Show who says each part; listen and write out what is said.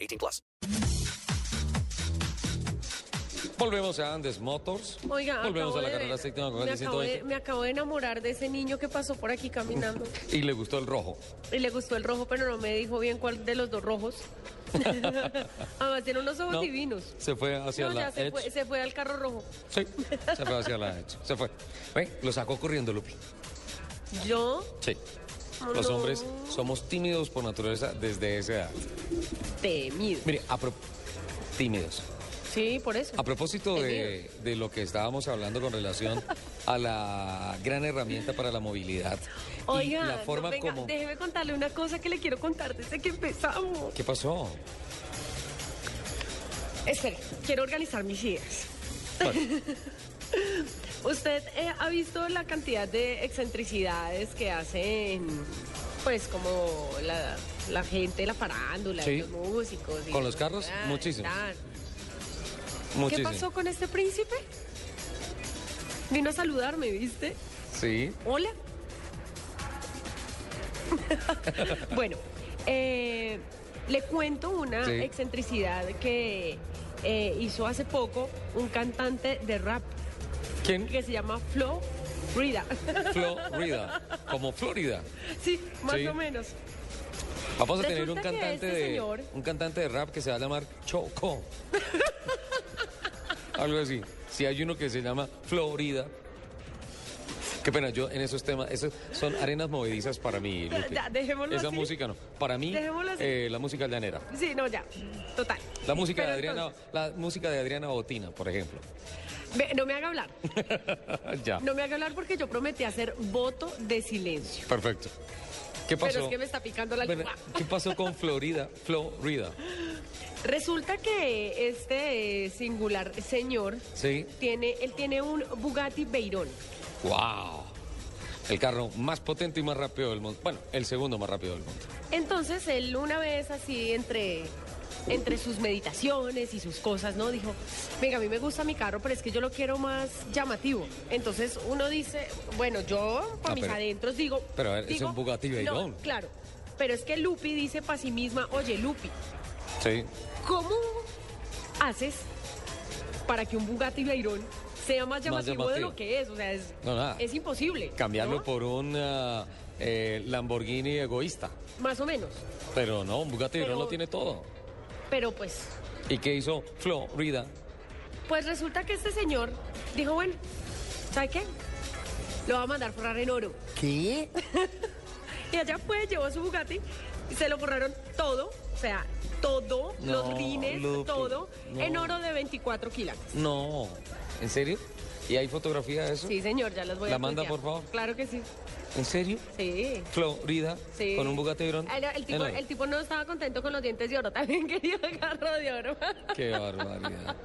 Speaker 1: 18 plus.
Speaker 2: Volvemos a Andes Motors.
Speaker 3: Oiga,
Speaker 2: Volvemos
Speaker 3: acabo
Speaker 2: a la
Speaker 3: de
Speaker 2: carrera
Speaker 3: ver-
Speaker 2: séptima con
Speaker 3: me
Speaker 2: el
Speaker 3: acabo, de,
Speaker 2: 120.
Speaker 3: me acabo de enamorar de ese niño que pasó por aquí caminando
Speaker 2: Y le gustó el rojo.
Speaker 3: y le gustó el rojo, pero no me dijo bien cuál de los dos rojos. Además tiene unos ojos
Speaker 2: No,
Speaker 3: divinos.
Speaker 2: Se fue hacia
Speaker 3: No,
Speaker 2: la
Speaker 3: ya se
Speaker 2: Edge.
Speaker 3: fue, se fue al carro rojo.
Speaker 2: Sí, se fue hacia la Edge. Se fue. Ven, lo sacó corriendo, Lupi.
Speaker 3: Yo,
Speaker 2: Sí. Los
Speaker 3: Oh, No.
Speaker 2: hombres somos tímidos por naturaleza desde esa edad.
Speaker 3: temido.
Speaker 2: Mire, a pro- tímidos.
Speaker 3: Sí, por eso.
Speaker 2: A propósito de, de lo que estábamos hablando con relación a la gran herramienta para la movilidad y
Speaker 3: Oiga,
Speaker 2: la
Speaker 3: no,
Speaker 2: forma
Speaker 3: venga,
Speaker 2: como...
Speaker 3: déjeme contarle una cosa que le quiero contar desde que empezamos.
Speaker 2: ¿Qué pasó?
Speaker 3: Espere, quiero organizar mis ideas.
Speaker 2: Bueno,
Speaker 3: ¿Usted eh, ha visto la cantidad de excentricidades que hacen, pues, como la, la gente, la farándula,
Speaker 2: Sí.
Speaker 3: y los músicos? y
Speaker 2: Con los carros,
Speaker 3: Ah,
Speaker 2: muchísimos.
Speaker 3: tal. ¿Qué
Speaker 2: muchísimo.
Speaker 3: pasó con este príncipe? Vino a saludarme, ¿viste?
Speaker 2: Sí.
Speaker 3: Hola. bueno, eh, le cuento una
Speaker 2: Sí.
Speaker 3: excentricidad que eh, hizo hace poco un cantante de rap
Speaker 2: ¿Quién?
Speaker 3: que se llama Flo Rida.
Speaker 2: Florida. Como Florida.
Speaker 3: sí, más
Speaker 2: Sí.
Speaker 3: o menos.
Speaker 2: Vamos a tener un
Speaker 3: Resulta que
Speaker 2: cantante
Speaker 3: este
Speaker 2: de
Speaker 3: señor-
Speaker 2: un cantante de rap que se va a llamar Choco. Algo así. Si hay uno que se llama Florida. Qué pena, yo en esos temas, esas son arenas movedizas para mí. Lupe.
Speaker 3: Ya, dejémoslo
Speaker 2: Esa
Speaker 3: así.
Speaker 2: música no. Para mí,
Speaker 3: Dejémoslo así.
Speaker 2: eh, la música llanera.
Speaker 3: Sí, no, ya. Total.
Speaker 2: La música
Speaker 3: Pero
Speaker 2: de Adriana,
Speaker 3: entonces,
Speaker 2: la música de Adriana Botina, por ejemplo.
Speaker 3: ve, no me haga hablar.
Speaker 2: ya.
Speaker 3: No me haga hablar porque yo prometí hacer voto de silencio.
Speaker 2: Perfecto. ¿Qué pasó?
Speaker 3: Pero es que me está picando la
Speaker 2: Bueno,
Speaker 3: lengua.
Speaker 2: ¿Qué pasó con Florida? Florida.
Speaker 3: Resulta que este eh, singular señor
Speaker 2: Sí.
Speaker 3: tiene, él tiene un Bugatti Veyron.
Speaker 2: ¡Wow! El carro más potente y más rápido del mundo. Bueno, el segundo más rápido del mundo.
Speaker 3: Entonces él una vez así entre, entre sus meditaciones y sus cosas, ¿no? Dijo, venga, a mí me gusta mi carro, pero es que yo lo quiero más llamativo. Entonces uno dice, bueno, yo
Speaker 2: No,
Speaker 3: para mis
Speaker 2: Ah, pero-
Speaker 3: adentros digo...
Speaker 2: pero a ver, es
Speaker 3: digo,
Speaker 2: un Bugatti Veyron.
Speaker 3: No, claro, pero es que Lupi dice para sí misma, oye Lupi,
Speaker 2: Sí.
Speaker 3: ¿cómo haces para que un Bugatti Veyron sea más llamativo, de
Speaker 2: llamativo.
Speaker 3: lo que es? O sea, es,
Speaker 2: No, nada.
Speaker 3: es imposible.
Speaker 2: Cambiarlo
Speaker 3: ¿no?
Speaker 2: por un ah, eh, Lamborghini egoísta.
Speaker 3: Más o menos,
Speaker 2: Pero no, un Bugatti Veyron
Speaker 3: Pero-
Speaker 2: lo tiene todo.
Speaker 3: pero pues...
Speaker 2: ¿Y qué hizo Florida?
Speaker 3: Pues resulta que este señor dijo, bueno, ¿sabe qué? Lo va a mandar forrar en oro.
Speaker 2: ¿Qué?
Speaker 3: Y allá pues llevó su Bugatti, y se lo forraron todo, o sea, todo,
Speaker 2: No,
Speaker 3: los rines,
Speaker 2: Lupe,
Speaker 3: todo,
Speaker 2: no.
Speaker 3: en oro de 24 kilos.
Speaker 2: No. ¿En serio? ¿Y hay fotografía de eso?
Speaker 3: Sí, señor, ya las voy a
Speaker 2: ¿La manda,
Speaker 3: tuitear.
Speaker 2: por favor?
Speaker 3: Claro que sí,
Speaker 2: ¿En serio?
Speaker 3: sí.
Speaker 2: Florida
Speaker 3: Sí. Ah,
Speaker 2: con un Bugatti Veyron.
Speaker 3: El, el tipo,
Speaker 2: enorme.
Speaker 3: el tipo no estaba contento con los dientes de oro, también quería el carro de oro.
Speaker 2: Qué barbaridad.